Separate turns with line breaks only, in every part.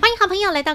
欢迎好朋友来到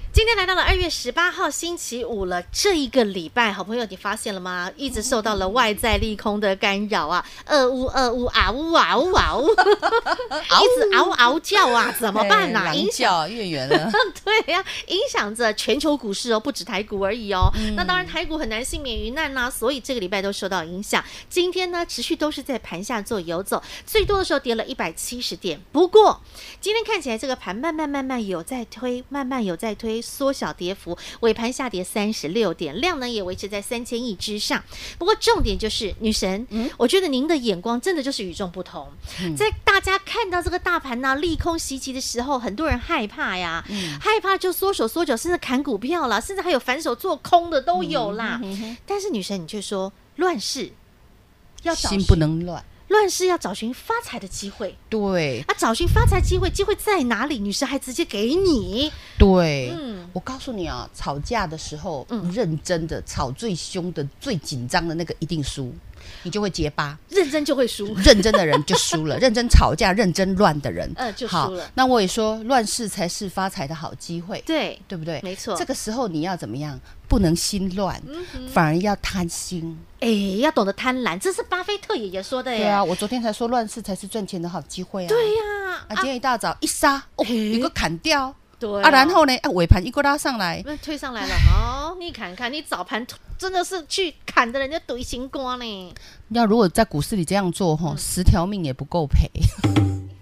今天来到了二月十八号星期五了，这一个礼拜，好朋友你发现了吗？一直受到了外在利空的干扰啊，二呜二呜啊呜啊呜啊呜，一直嗷嗷叫啊，怎么办呐、
哎
影响
狼叫月圆 了，
对呀、影响着全球股市哦，不止台股而已哦。那当然，台股很难幸免于难啦、啊所以这个礼拜都受到影响。今天呢，持续都是在盘下做游走，最多的时候跌了一百七十点。不过今天看起来这个盘慢慢慢慢有在推，慢慢有在推，缩小跌幅，尾盘下跌三十六点，量呢也维持在三千亿之上。不过重点就是女神，
嗯
我觉得您的眼光真的就是与众不同。在大家看到这个大盘呢、利空袭击的时候，很多人害怕呀，
嗯
害怕就缩手缩脚，甚至砍股票啦，甚至还有反手做空的都有啦。
嗯
但是女神，你却说乱世要找
心
寻
不能乱。
乱世要找寻发财的机会
对
啊，找寻发财机会，机会在哪里？女神还直接给你，
对，
嗯
我告诉你啊，吵架的时候，
嗯
认真的吵最凶的、最紧张的那个一定输，你就会结巴。
认真就会 输。
认真的人就输 了，认真吵架、认真乱的人，
嗯就输
好
了。
那我也说，乱世才是发财的好机会，
对，
对不对？
没错
这个时候你要怎么样？不能心乱，
嗯哼，
反而要贪心。
哎，要懂得贪婪，这是巴菲特爷爷说的耶。
对啊，我昨天才说乱世才是赚钱的好机会啊。
对呀、
啊，今天一大早一杀，哦，
嘿
一个砍掉
对
啊，然后呢，啊尾盘一个拉上来，
那推上来了哦，你看看，你早盘真的是去砍的人家怼心瓜呢。
要如果在股市里这样做
嗯
哈，十条命也不够赔。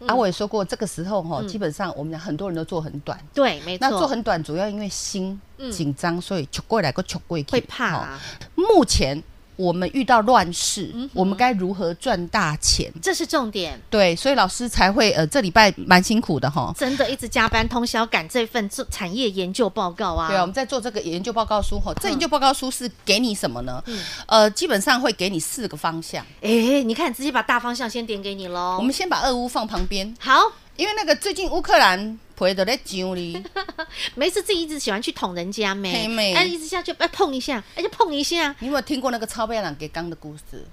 啊，我也说过，这个时候哈，基本上我们讲很多人都做很短，
对，嗯没
那做
错，
很短主要因为心
嗯
紧张，所以求过来个求过去，
会怕、
哦。
啊，
目前我们遇到乱世
嗯哼，
我们该如何赚大钱？
这是重点。
对，所以老师才会呃，这礼拜蛮辛苦的哈。
真的一直加班通宵赶这份做产业研究报告啊。
对啊，我们在做这个研究报告书哈，这研究报告书是给你什么呢？
嗯
呃，基本上会给你四个方向。
哎，你看，直接把大方向先点给你喽
我。们先把俄乌放旁边，
好，
因为那个最近乌克兰赔的在上 哩，
没事，自己一直喜欢去捅人家没？
嘿妹
哎，一直下去，哎，碰一下，哎，就碰一下。
你有没有听过那个超妹郎给刚的故事？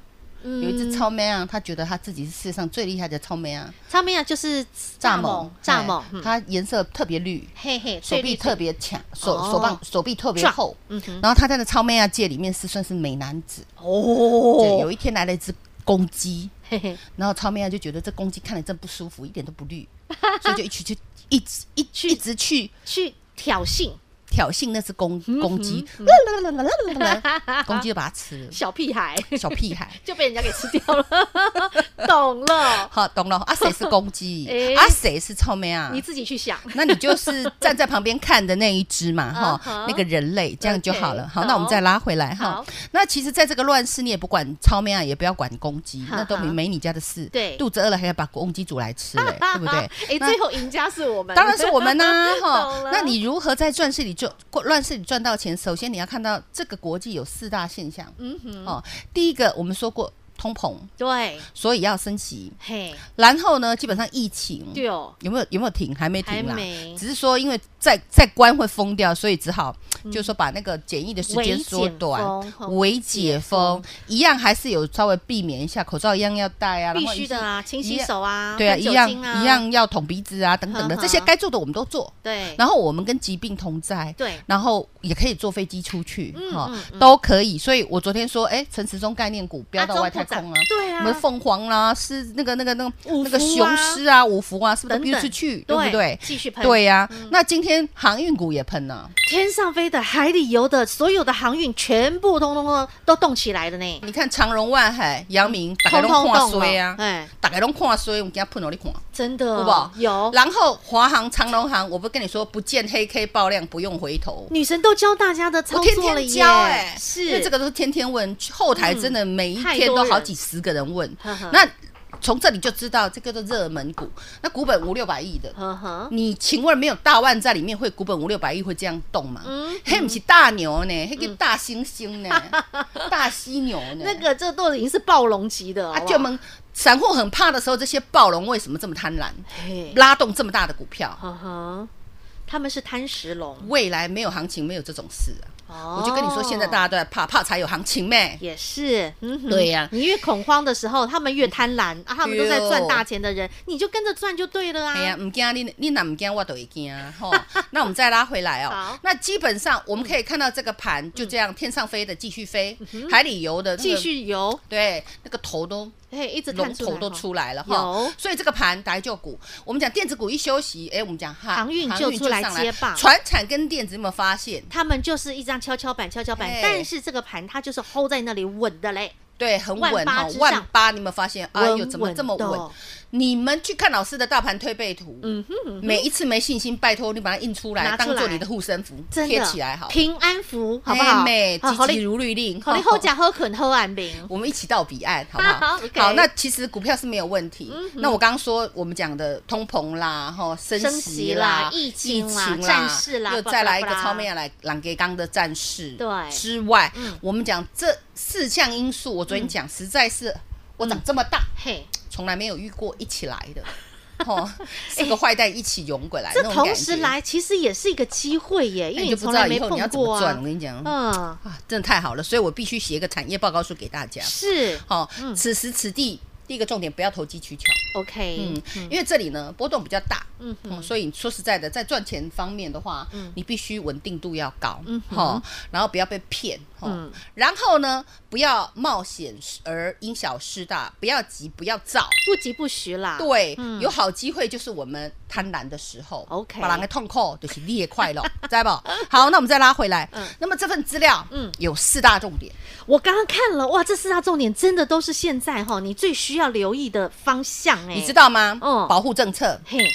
嗯
有一只超妹啊，她觉得她自己是世界上最厉害的超妹啊，
超面啊，就是
蚱
蜢
蜢，，
蚱
嘿
蜢，嗯
她颜色特别绿，
嘿嘿，
手
最
臂
绿
特别强，手
哦
手棒手臂特别
壮
厚。
嗯哼，
然后她在那超妹啊界里面是算是美男子。对，
哦，
有一天来了一只公鸡，
嘿嘿，
然后超妹啊就觉得这公鸡看了真不舒服，一点都不 绿，所以就一起去一直一去一直去
去挑衅
挑衅那只公
嗯
公鸡， 公鸡就把它吃了，
小屁孩。
小屁孩。
就被人家给吃掉了， 懂了？？
好，懂了啊？谁是公鸡
哎
啊，谁是超妹啊？
你自己去想。
那你就是站在旁边看的那一只嘛，
嗯哼
哈，那个人类这样就好了。
OK，
好，那我们
懂
再拉回来哈
好。
那其实，在这个乱世，你也不管超妹啊，也不要管公鸡，
哈哈
那都没没你家的事。
对
肚子饿了还要把公鸡煮来 吃嘞，对不对？
哎，
那
最后赢家是我们，
当然是我们呐，
懂
哈
了。
那你如何在乱世里赚乱世里赚到钱？首先你要看到这个国际有四大现象。嗯哼。哦，第一个我们说过通膨，
对，
所以要升息。
嘿，
然后呢，基本上疫情。
对哦，
有没有有没有停？还没嗯停啦
还没，
只是说因为再再关会封掉，所以只好、就是说把那个检疫的时间缩短
嗯微解封，
微解封，一样还是有稍微避免一下，口罩一样要戴啊，
必
然后
须的啊，勤洗手啊，
一些，对啊，
喷
一
酒
样
精啊，
一，样要捅鼻子啊等等的，
呵呵
这些该做的我们都做，
对，
然后我们跟疾病同在，
对
然后也可以坐飞机出去，
嗯
哈
嗯，嗯
都可以。所以我昨天说，哎，陈时中概念股飙
啊
到外太空啊，
对啊
我们凤凰啦，是那个那个那个
五
那个
福
雄
啊
狮啊，五福啊，是不
等
是都
等
飙出去，对不对？
继续喷，嗯
对呀，那今天航运股也喷了，
天上飞的、海里游的，所有的航运全部通通通都动起来了呢，
你看长荣、万海、阳明，大家
通
拢
通
看
动了
衰啊，
哎，
大家拢看衰，我们给他喷落你看。
真的
有不
有
然后华航、长隆航，我不跟你说，不见黑 K 爆量，不用回头。
女神都教大家的
我
操
天
作了
天
耶，
教哎、因为
是
这个都是天天问，后台真的每一天都好几十个人问。
太多人嗯
那从这里就知道，这个叫做热门股，那股本五六百亿的，
呵呵，
你请问没有大万在里面会股本五六百亿会这样动吗？
嗯
嘿，不是大牛呢，嘿个大猩猩呢， 大犀牛呢，
那个这都已经是暴龙级的，
啊，
好不好
就们散户很怕的时候，这些暴龙为什么这么贪婪，
嘿
拉动这么大的股票？
呵呵，他们是贪食龙，
未来没有行情，没有这种事啊！
我
我就跟你说，现在大家都在怕，怕才有行情咩？
哦也是，嗯哼
对呀
你越恐慌的时候，他们越贪婪啊，他们都在赚大钱的人，你就跟着赚就对了
哎呀，
啊。
唔惊你，你哪唔惊我都会惊 吼。那我们再拉回来哦
好。嗯
那基本上我们可以看到这个盘就这样，天上飞的继续飞，海里游的那个
继续游，
对，那个头都
嘿，一直
龙
探出来
头都
哈
出来了哈
有。
所以这个盘大就股，我们讲电子股一休息，哎，我们讲哈
航运就出来接棒
船产跟电子有没有发现？
他们就是一张跷跷板，跷跷板
嘿，
但是这个盘它就是 hold 在那里稳的嘞，
对，很
万
稳
八
哈
之，上
万八，你有没有发现？哎呦，
稳
怎么这么
稳的
稳？你们去看老师的大盘推背图，嗯哼，每一次没信心，拜托你把它印出来，
拿出
当
来
做你的护身符，
真
贴
的
起来好，
平安符好不好？
妹，
好，好
积极
嘞，
如律令，
好嘞，
哈
后假喝捆喝安bình，
我们一起到彼岸，好不好？
好，OK 嗯
那其实股票是没有问题。那我刚刚说我们讲的通膨啦，哈，升
升
息
息
啦
啦，疫情啦
疫
战事啦
又
巴拉
再来一
巴
个
拉
超美啊来朗格刚的战事，
对
之外
嗯，
我们讲这四项因素，我昨天讲实在是
嗯
我长这么大
嘿，
从来没有遇过一起 来的。哦，四个坏蛋一起涌过来，
这
那种感
同
觉
时，来其实也是一个机会耶，因
那
为
你就不
从
知
来
道
没
以后你要
碰
怎么
过
赚。我
啊，
跟你讲，
嗯，
啊，真的太好了，所以我必须写一个产业报告书给大家。
是
好、此时此地，第一个重点不要投机取巧，嗯
，OK，，
因为这里呢波动比较大，嗯
嗯
所以说实在的，在赚钱方面的话，你必须稳定度要高，嗯，然后不要被骗，哈、
嗯
然后呢，不要冒险而因小失大，不要急，不要躁。
不急不徐啦。
对，
嗯
有好机会就是我们贪婪的时候
OK
把人的痛苦就是你也 快乐，知道不？好，那我们再拉回来。
嗯
那么这份资料，嗯
嗯，
有四大重点。
我刚刚看了，哇，这四大重点真的都是现在哈你最需要留意的方向哎、
你知？道吗？
嗯
保护政策
嘿，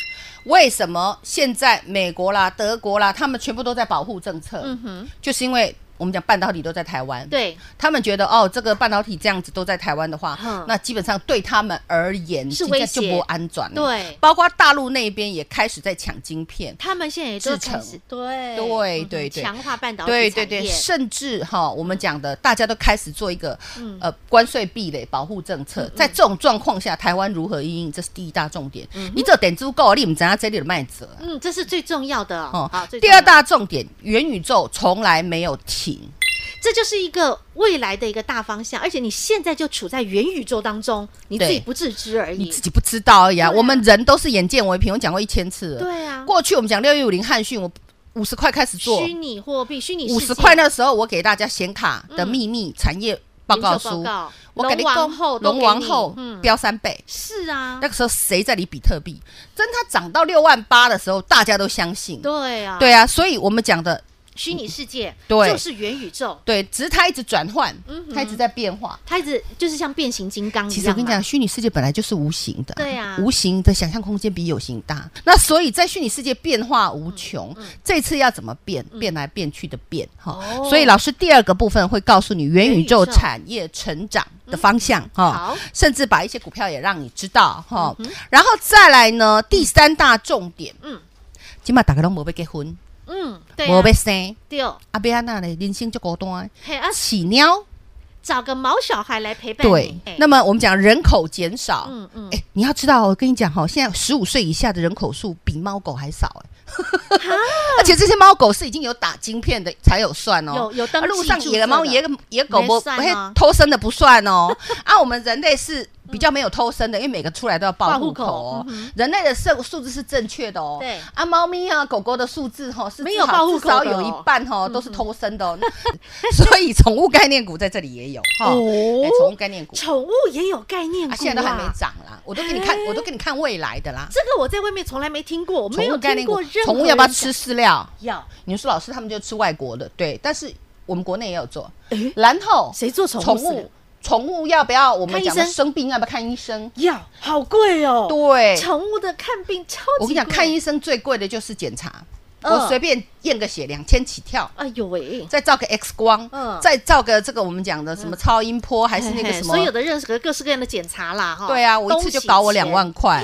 为什么现在美国啦、德国啦，他们全部都在保护政策？
嗯哼，
就是因为我们讲半导体都在台湾，，
对，
他们觉得哦，这个半导体这样子都在台湾的话，
嗯
那基本上对他们而言
是威胁
就不安转了。，
对，
包括大陆那边也开始在抢晶片。
他们现在也都开
制
始对
对
嗯哼
对对
强化半导体
对对
产
对，
业
甚至哈、我们讲的，大家都开始做一个、
嗯
呃关税壁垒保护政策。在这种状况下，台湾如何应应，这是第一大重点。你只有点足够，你唔知道这里的卖者。
嗯，这是最重要的
哦
哦。好，最
第
重要
二，大重点，元宇宙从来没有停，
这就是一个未来的一个大方向，而且你现在就处在元宇宙当中，你自己
对
不自知而
你
已
自。己不知道而已啊。
对啊
我们人都是眼见为凭，我讲过一千次了。
对啊，
过去我们讲六一五零汉讯，我五十块开始做，
虚拟货币、虚拟
五
世
十
界
块那时候我给大家显卡的秘密产业报告
零售
书
报，告
我给你
龙王
讲
后都
龙
给
王
你
后
嗯，
飙三倍。
是啊
那，个时候谁在理比特币？真它涨到六万八的时候，大家都相信。
对啊，
对啊，所以我们讲的
虚拟世界
对
就是元宇宙，
对，只是它一直转换
嗯，哼
它一直在变化。
它一直就是像变形金嗯刚一样嘛。啊
其实我跟你讲，虚拟世界本来就是无形的，
对啊
无形的想象空间比有形大。那所以在虚拟世界变化无
嗯
穷，这次要怎么变？变来变去的变哈。
哦
所以老师第二个部分会告诉你元宇宙
元宇宙
产业成长的方向哈
嗯好，
甚至把一些股票也让你知道哈。然后再来呢，第三大重点，嗯
嗯，
今嘛大家都没被结婚，
嗯，对、
没
啊
被，生，
对哦，
阿贝安娜呢，人生就孤单，
嘿啊，
起鸟。
找个毛小孩来陪伴
对
你。哎，
那么我们讲人口减少，
嗯嗯
哎、，你要知道哦，我跟你讲哈、哦，现在十五岁以下的人口数比猫狗还少哎、 而且这些猫狗是已经有打晶片的才有算哦。
有有登
啊路
记
上
注
野
册
猫、
的
野野狗
没
不，
算
嘿
哦
偷生的不算哦。啊，我们人类是比较没有偷生的，因为每个出来都要报
报
户
户口嗯
口哦。人类的数数字是正确的哦。
对
啊，猫咪啊，狗狗的数字哈、是
没
至
有
少
报户口
至少
的
有一
哦
半哈、都是偷生的哦。 所以宠物概念股在这里也有哈。
哦
哎宠物概念股
宠物也有概念股、啊，
啊，现在都还没涨啦，我都给你看，我都给你看未来的啦。
这个我在外面从来没听过，我没
宠
有
物概
听
念
过
股
任，何
宠物要不要
人
吃饲料？
要
你说老师他们就吃外国的，对，但是我们国内也有做。然后
谁做宠物
宠
饲料
物宠物要不要？我
看
们
医
讲的
生
生病要不要看医生？
要，好贵哦。
对，
宠物的看病超级
我跟你讲，看
一
医生最贵的就是检查，
嗯
我随便验个血两千起跳。
哎呦喂，
再照个 X 光，
嗯
再照个这个我们讲的什么超音波，还是那个
嘿嘿
什么
所？有的认识各各式各样的检查啦哈。
对啊，我一次就搞我
哦东西
两万 块，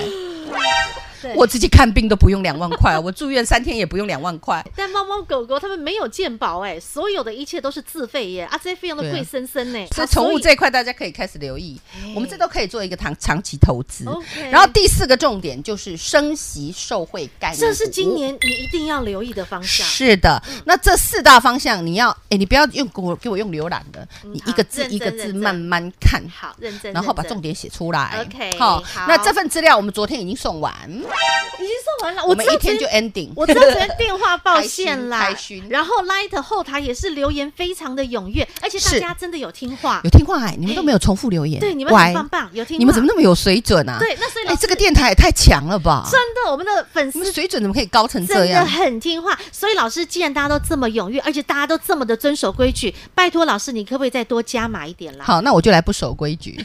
钱，
我
我
自己看病都不用两万块，我住院三天也不用两万块。
但猫猫狗狗它们没有健保哎，所有的一切都是自费耶，啊，这些费用都
对啊
贵森森呢。
所
啊
以宠物
所以哎
这一块大家可以开始留意，我们这都可以做一个长长期投资。
OK
然后第四个重点就是升息受惠概念股，
这是今年你一定要留意的方向。嗯
是的，那这四大方向你要，哎，你不要用给我给我用浏览的，你一个
嗯
字
好
一个
认真认
字
真
慢慢看，
好，认真，
然后把
认真
重点写出来。
OK，好
那这份资料我们昨天已经送完，
已经送完了，
我
我
们
知道
一天
昨
就 ending。
我知道昨天电 话报线啦
开心开，心
然后 Light 后台也是留言非常的踊跃，而且大
是
家真的有听话
有，听话哎，你们都没有重复留言，
对，你们
乖
很棒棒，有听话，
你们怎么那么有水准啊？
对那所以老
哎，
师
这个电台也太强了吧！
真的，我们的粉
你们
丝
水准怎么可以高成这
真的
样？
很听话，所以老师，既然大家都这么踊跃，而且大家都这么的遵守规矩，拜托老师，你可不可以再多加码一点啦？
好，那我就来不守 规矩，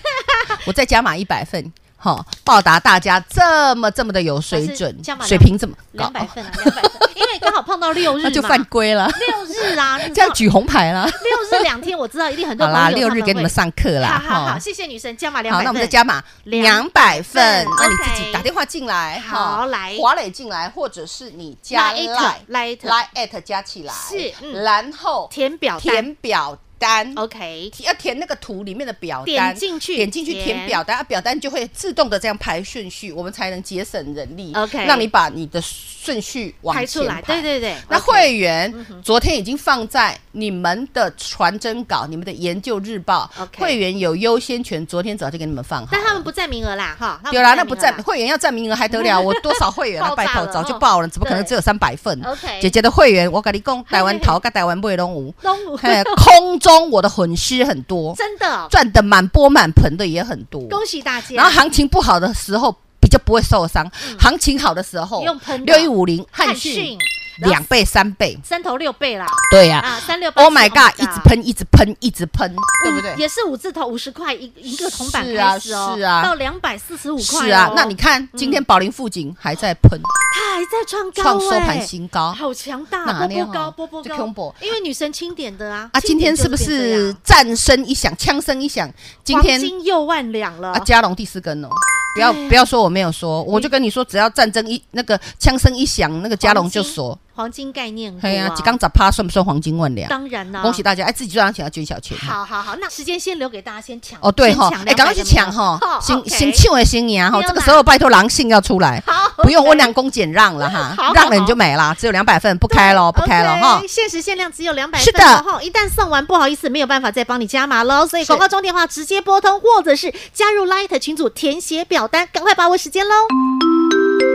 我再加码一百份，好、报答大家这么这么的有水准
还是加，码
水平这么高哦
两，百份啊，两百份，因为刚好碰到六日
那
嘛，
就犯规了，
六日啦，你知
这
道
样举红牌了。
六日两天，我知道一定很多
好啦，
朋友
六
他
日给你们
会
上课啦，
好好好，
哈
谢谢女神加码两
好，
百
那我
份，
们再加码
200
两百份
份，
那你
OK
自己打电话进来，哈
好来
华磊进来，或者是你加
Lite
line
Lite
line at 加起来，
是嗯
然后
填表单
填表单，
，OK，
填要填那个图里面的表单，
点进去
点进去
填
填表单，啊表单就会自动的这样排顺序，我们才能节省人力。
OK
让你把你的顺序往
排
前
出来，对对对，
那
OK 嗯
会员昨天已经放在你们的传真稿、你们的研究日报
OK
会员有优先权，昨天早就给你们放好
但
了。
啊他们不占名额啦，哈，
对啦，那不
名额啦
占会员要占名额还得了？我多少会员啊？
爆炸
拜托，
了
早就
哦
爆了，怎么可能
对
只有三百份
OK
姐姐的会员，我跟你讲，台湾
嘿嘿
头跟台湾尾 拢有。
东 吴，
嘿空中我的粉丝很多，
真的，哦
赚的满钵满盆的也很多。
恭喜啊大家，
然后行情不好的时候比较不会受伤，行情好的时候
用喷的
六一五零汉
汉
讯
讯
两倍三倍，
三头六倍啦，
对呀、
啊，三六八
Oh my god！一直，喷，一直喷，一直喷，对不对？
啊嗯也是五字头五十块一一个铜板
是啊
开始哦，
是啊
到两百四十五块哦，
是啊，那你看今天宝林富锦还在喷，
它还在创高，
创收盘
哎
新高
好强大，
哪
波
里
波
哦
高，波波
这恐怖
高，因为女神清点的啊，
啊！
清
今
点
天
就是
不
变这
是
样
战声一响，枪声一响？今天
黄金又万两了
啊，？加龙第四根哦。不要
对啊
不要说我没有说，我就跟你说，只要战争一那个枪声一响，那个加龙就锁。
黄金概念股
嘿呀
啊，，
几缸咋趴算不算黄金万两？
当然啦，
恭喜大家！哎，自己赚到钱要捐小钱。
好好好，那时间先留给大家先抢
哦，对哈
先抢，
哎，赶快去
200
抢哈
个名额，哦
行
OK
行抢的行赢哈，
对啦
这个时候拜托狼性要出来，
好，
不用
OK
温良恭俭让了哈
好好，
让了你就没了，只有两百份，不开了，不开了
OK，
哈。
限时限量只有两百
是
份
的
哦，哈一旦送完不好意思没有办法再帮你加码喽，所以
是
广告中电话直接拨通，或者是加入 Light 群组填写表单，赶快把握时间喽。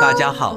大家好，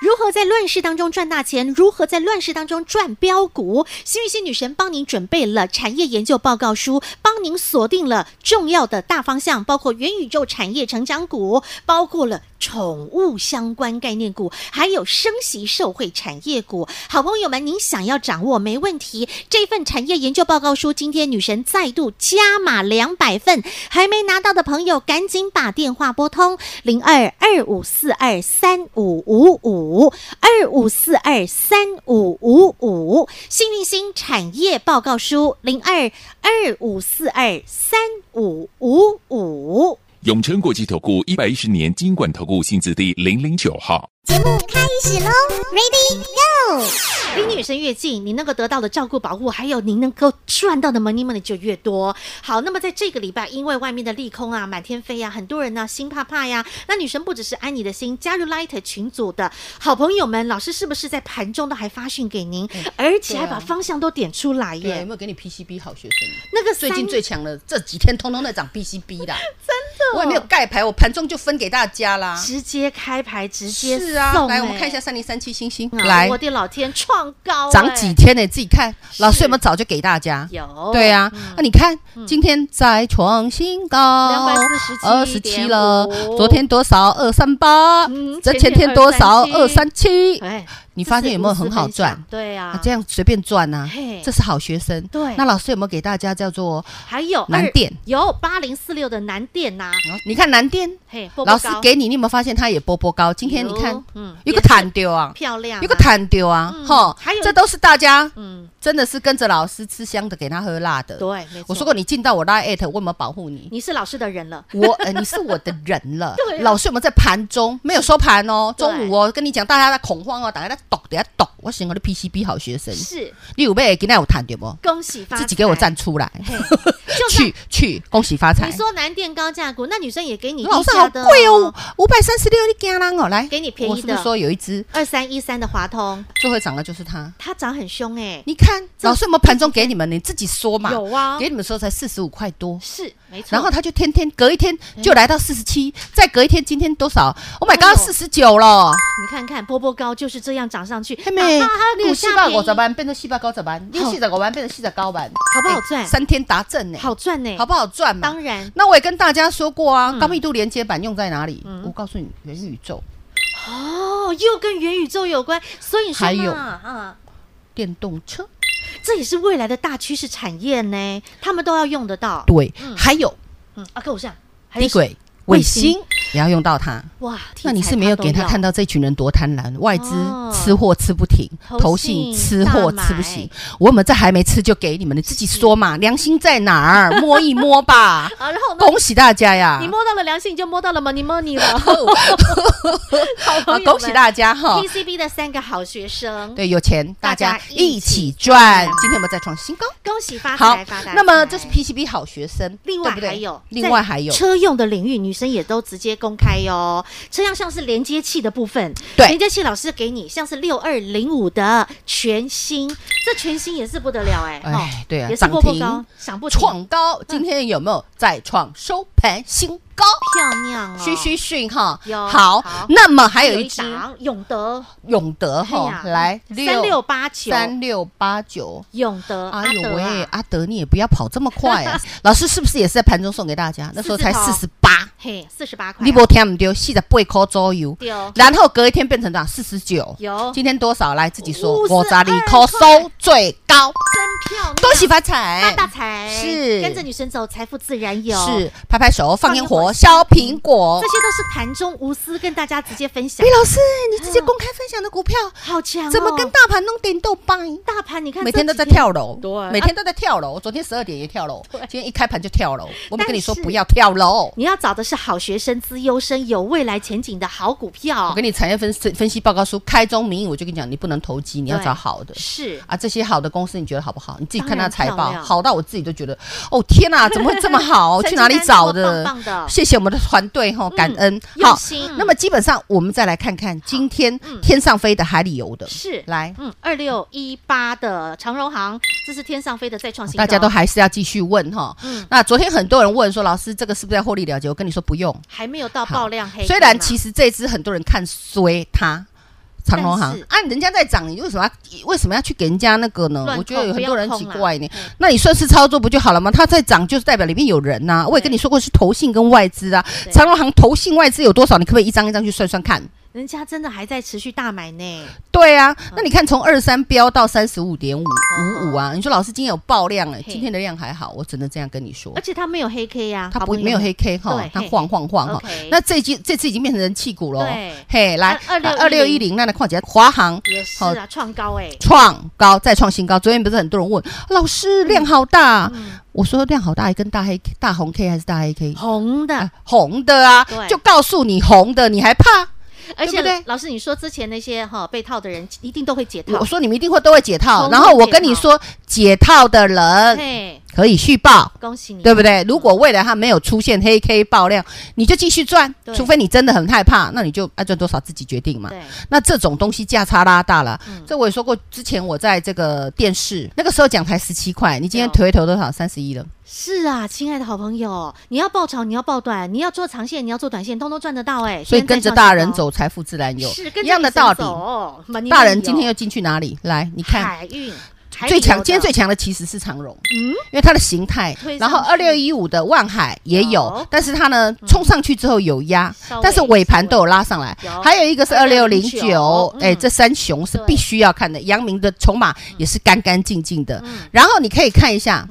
如何在乱世当中赚大钱？如何在乱世当中赚标股？幸运星女神帮您准备了产业研究报告书，帮您锁定了重要的大方向，包括元宇宙产业成长股，包括了宠物相关概念股，还有升息受惠产业股。好朋友们，您想要掌握没问题。这份产业研究报告书，今天女神再度加码两百份，还没拿到的朋友赶紧把电话拨通零二二五四二三五五五二五四二三五五五幸运星产业报告书零二二五四二三五五五。
永诚国际投顾一百一十年金管投顾新字第零零九号。
节目开始喽，Ready Go！
离女神越近，你能够得到的照顾、保护，还有您能够赚到的 money money 就越多。好，那么在这个礼拜，因为外面的利空啊，满天飞呀、啊，很多人呢、心怕怕呀。那女神不只是安你的心，加入 Light 群组的好朋友们，老师是不是在盘中都还发讯给您，而且还
对啊
把方向都点出来
对啊，有
耶？
没有给你 PCB 好学生？
那个
最
三
近最强的这几天通通在涨 PCB 啦，真的，我也没有盖牌，我盘中就分给大家啦。
直接开牌，直接
是啊，
送
来
哎
我们看一下三零三七星星，
啊
来
我的老天，创高
涨
哎
几天呢？自己看，老师有没有早就给大家？
有嗯
对啊，那你看今天再创新高，
247.5
了。昨天多少？二三八
嗯。
这
前
前
天
天多少？二三七。
哎，
你发现有没有
这是
很好
无私分享
赚？
对啊
啊，，这样随便赚啊
嘿，
这是好学生。
对
那老师有没有给大家叫做？
还有
南
二
电
有八零四六的南电呐，
你看南电，
嘿，波波
老师
高
给你，你有没有发现它也波波高？今天你
有
看
嗯，也
有个
是
弹丢啊，
漂亮啊，
有个弹丢啊
嗯，
吼
还有，
这都是大家
嗯，
真的是跟着老师吃香的，给他喝辣的。
对，没错，
我说过，你进到我拉 at，我有没有保护你？
你是老师的人了，
我呃，你是我的人了。
对啊
老师有没有在盘中？没有收盘哦，
对
中午哦，跟你讲，大家在恐慌哦，大家在抖，等下抖。我想我的 PCB 好学生，
是
你有被今天有谈对不？
恭喜发财，
嗯自己给我站出来，
嘿，就算
去去，恭喜发财
你！说南电高价股，那女生也给你
老
低
师
价
好
的
贵哦，，五百三十六，你惊人哦，来，
给你便宜的
我是不是说有一只
二三一三的华通，
最会涨的就是它？
它涨很凶哎，
你看，
这
老师有没有盘中给你们？你自己说嘛。
有啊
给你们说才四十五块多。
是哦哎没错，
然后他就天天隔一天就来到四十七，再隔一天今天多少？Oh my
哦
god，四十九了！
你看看波波高就是这样涨上去，
嘿妹
啊哈哈，
你有
股
四
价
百
便
五十
宜，
万变成四百九十万，你有四十五万变成四十九万，
好不
好
好赚
三天达阵呢，
好赚呢，
好不好赚嘛？
当然嗯
那我也跟大家说过啊，高密度连接板用在哪里？我告诉你，元宇宙、
哦，又跟元宇宙有关，所以你说
还有
嘛啊。
电动车，
这也是未来的大趋势产业呢，他们都要用得到。
对
嗯，
还有
嗯，啊，跟我上，还有
低轨
卫
卫
星
星也要用到它。
哇，
那你是没有给他看
到
到这群人多贪婪，外资
哦
吃货吃不停，
投
投
信
信吃货
大
吃不
买
行。我们这还没吃就给你们，你自己说嘛，良心在哪儿？摸一
。
摸吧
啊？然后呢，
恭喜大家呀！
你摸到了良心，你就摸到了 money money 了。 好朋
啊
友们，
恭喜大家哈！
PCB 的三个好学生，，
对，有钱
大
大
家
家
一
一
起
起赚
赚。
今天我们再创新高。
恭喜发
好
财发大财。
那么这是 PCB 好学生，
另外
对不对
还有，
另外还有
在车用的领域，女生也都直接公开哟。车辆像是连接器的部分，
对
连接器老师给你像是六二零五的全新，这全新也是不得了哎、
哎
哦
对啊
也是波
涨
波
停
高，想不停
创高，今天有没有再创收盘新高？
漂亮哦，
嘘嘘讯哈
有，
好
好，
那么还有
有
一
一
只
档永德，
永德
哎
哈
呀，
来
三六八九，
三六八九。
永德，
哎
阿
呦
德
喂，
啊，
阿德，你也不要跑这么快 啊！老师是不是也是在盘中送给大家？那时候才
四哎
四
字
十八，
嘿，四十八块啊，
你不听唔丢，四十八块左右。
对哦
然后隔一天变成多少？四十九。
有
今天多少？来自己说，
52
我砸里扣收最
哎
高，
真漂亮，
恭喜发
发
财！
大财，
是
跟着女生走，财富自然有，
是哦拍拍手，放烟火，
放
削
烟火
苹果
这。些都是盘中无私跟大家直接分享
李，老师，
嗯
你直接公开分享的股票，
好强、哦！
哎怎么跟大盘弄点豆掰？
大盘？你看
每天
这
都
几
在跳楼，
对啊
每天都在跳楼。昨天十二点也 跳楼，今天一开盘就跳楼。我
但
们跟你说
是哦
不要跳楼。
你要找的是好学生、资优生、有未来前景的好股票。
我给你产业分析分析报告书开宗明义，我就跟你讲，你不能投机，你要
对
找好的。
是
啊，这些好的公司你觉得好不好？你自己
当
看它
然
财
漂
报，
亮
好到我自己都觉得，哦 天哪、怎么会这么好？
成绩
去哪里
单
找
这么
的？
棒棒的嗯
谢谢我们的团队哈，感恩。
用心嗯
那么基本上我们再来看看今天天上飞的、海里游的，
是，
来，
嗯，二六一八的长荣行，这是天上飞的再创新高，
大家都还是要继续问哈。
嗯
那昨天很多人问说，老师这个是不是在获利了结？我跟你说不用，
还没有到
好
爆量黑，啊
虽然其
实
实这只很多人看衰它。长隆
但
行
是
啊，人家在涨，你为什么要为什么要去给人家那个呢
乱？
我觉得有
控
很多人
不要
奇
控啦啊
怪呢。那你顺势操作不就好了吗？它在涨就是代表里面有人呐、我也跟你说过是投信跟外资啊
对。
长隆行投信外资有多少？你可不可以一张一张去算算看？
人家真的还在持续大买呢。
对啊，
嗯
那你看从二三飙到三十五点五五五啊，你说老师今天有爆量哎、
哦嘿
今天的量还好，我只能这样跟你说
而。且它没有黑 K 啊呀、
它
好
哦不
朋友
没有黑 K 哈
对，
它
嘿
晃晃晃哈
OK。
那这一季这次已经变成人气股了哦
对，
嘿，来
那
二六一
2610
零，那来看一下华航
也是啊，
哦
创高哎、
创高再创新高。昨天不是很多人问老师
嗯
量好大，我说量好大，跟大黑大红 K 还是大黑 K？
红的，
啊红的啊
对，
就告诉你红的，你还怕？
而且
对不对
老师你说之前那些哈、被套的人一定都会解套
我，说你们一定会都会解套，
通通
然后我跟
解
你
套
说，解套的人
嘿，
可以续报。
恭喜你，
对不对？如果未来它没有出现黑 K 爆量，你就继续赚
对，
除非你真的很害怕，那你就爱赚多少自己决定嘛。
对，嗯
那这种东西价差拉大了，这我也说过，之前我在这个电视那个时候讲台十七块，你今天
对哦
投一投多少？三十一了。
是啊，亲爱的好朋友，你要爆炒，你要爆短，你要做长线，你要做短线，通通赚得到哎、
所
现
以
在
跟着
创
大
新
人
高，
走，财富自然有，
是跟
一
着
样的
女生
道理。
走哦嘛你
大
也
人今天
有
又进去哪里？来，你看
海运
最强，今天最
最
强的其实是长荣，嗯，因为它的形态
推上去，哦嗯
然后二六一五的万海也有
有，
但是它呢冲上去之后有压
稍微，
但是尾盘都有拉上来
有，
还有一个是二六零
2609
九，哎，这三雄是
对嗯
必须要看的，阳明的筹码也是干干净净的，然后你可以看一下，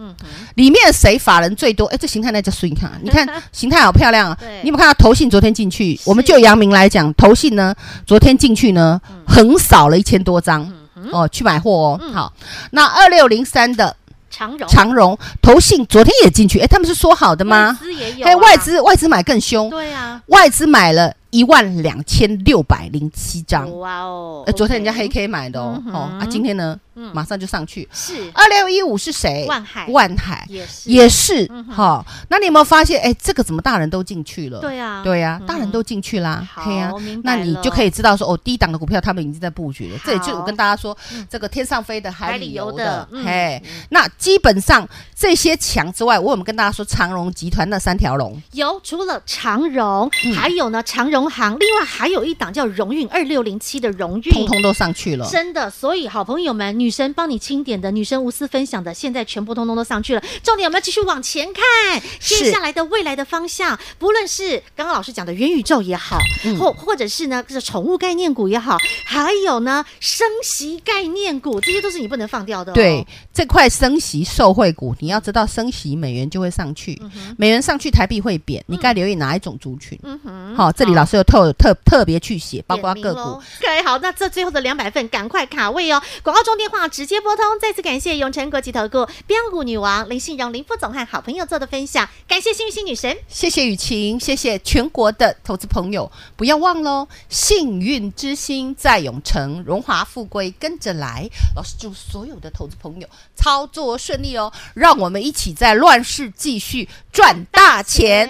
里面谁法人最多？哎，这形态那叫顺看，你 看形态好漂亮啊！
对
你有没有看到投信昨天进去？我们
是嗯
就阳明来讲，投信呢昨天进去呢横扫了一千多张
嗯
哦，去买货哦。好，那二六零三的
长荣
长荣投信昨天也进去，哎，他们是说好的
外
吗？
资也有、啊，
还有外资，外资买更凶，
对啊，
外资买了一万两千六百零七张。
哇哦，
呃，昨天人家
OK
黑 K 买的哦，
嗯哼
哦啊，今天呢，马上就上去。
是
二六一五是谁？
万海
哎万海
也是嗯
也是哈、那你有没有发现？哎，这个怎么大人都进去了？
对啊
对呀、
嗯
大人都进去啦，
好
嘿呀
明白
那
了
你就可以知道说，哦，低档的股票他们已经在布局了
好。
这也就是我跟大家说，这个天上飞的，
海
海
里
里
游
游
的
的，
嗯
嘿、那基本上这些强之外，我有没有跟大家说长荣集团那三条龙？
有，除了长荣，
嗯
还有呢长荣行，另外还有一档叫荣运二六零七的荣运。
通通都上去了。
真的，所以好朋友们，女生帮你清点的，女生无私分享的，现在全部通通都上去了。重点我们要继续往前看，
是
接下来的未来的方向，不论是刚刚老师讲的元宇宙也好，
嗯
或或者是呢，这宠物概念股也好，还有呢升息概念股，这些都是你不能放掉的、哦。
对，这块升息受惠股，你要知道升息美元就会上去，
嗯
美元上去台币会贬，你该留意哪一种族群？
嗯哼，
好、这里老师有特特特别去写，包括
点
个
名
股
咯。。OK，好，那这最后的两百份，赶快卡位哦！广告中电话直接拨通。再次感谢永诚国际投顾标股女王林信荣林副总和好朋友做的分享，感谢幸运星女神。
谢谢雨晴，谢谢全国的投资朋友，不要忘喽！幸运之星在永城，荣华富贵跟着来。老师祝所有的投资朋友操作顺利哦！让我们一起在乱世继续赚大钱。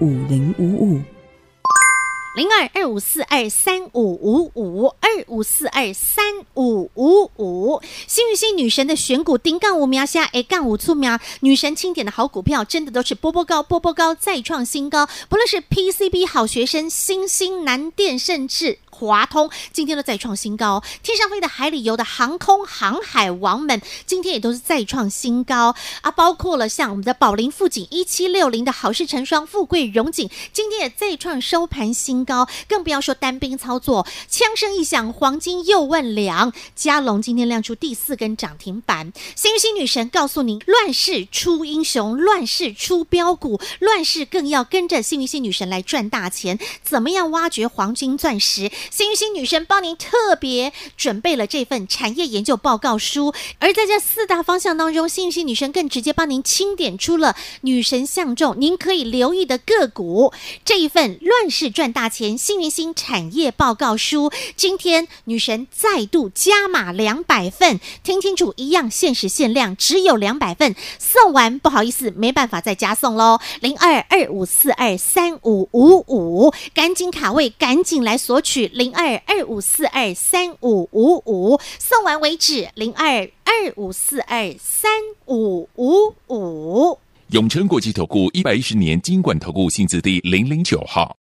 五零五五。
零二二五四二三五五五二五四二三五五五，幸运星女神的选股丁杠五苗虾哎杠五醋苗，女神清点的好股票真的都是波波高波波高再创新高，不论是 PCB 好学生、新兴南电，甚至华通，今天都再创新高。天上飞的、海里游的、航空航海王们，今天也都是再创新高啊！包括了像我们的宝林富锦一七六零的好事成双、富贵荣景，今天也再创收盘新高，更不要说单兵操作，枪声一响，黄金又问两，嘉龙今天亮出第四根涨停板。幸运星女神告诉您，乱世出英雄，乱世出标股，乱世更要跟着幸运星女神来赚大钱。怎么样挖掘黄金钻石？幸运星女神帮您特别准备了这份产业研究报告书，而在这四大方向当中，幸运星女神更直接帮您清点出了女神相中您可以留意的个股。这一份乱世赚大钱幸运星产业报告书。今天女神再度加码两百份，听清楚，一样限时限量，只有两百份，送完不好意思，没办法再加送喽。零二二五四二三五五五，赶紧卡位，赶紧来索取零二二五四二三五五五，送完为止。零二二五四二三五五五。
永诚国际投顾一百一十年金管投顾性质第零零九号。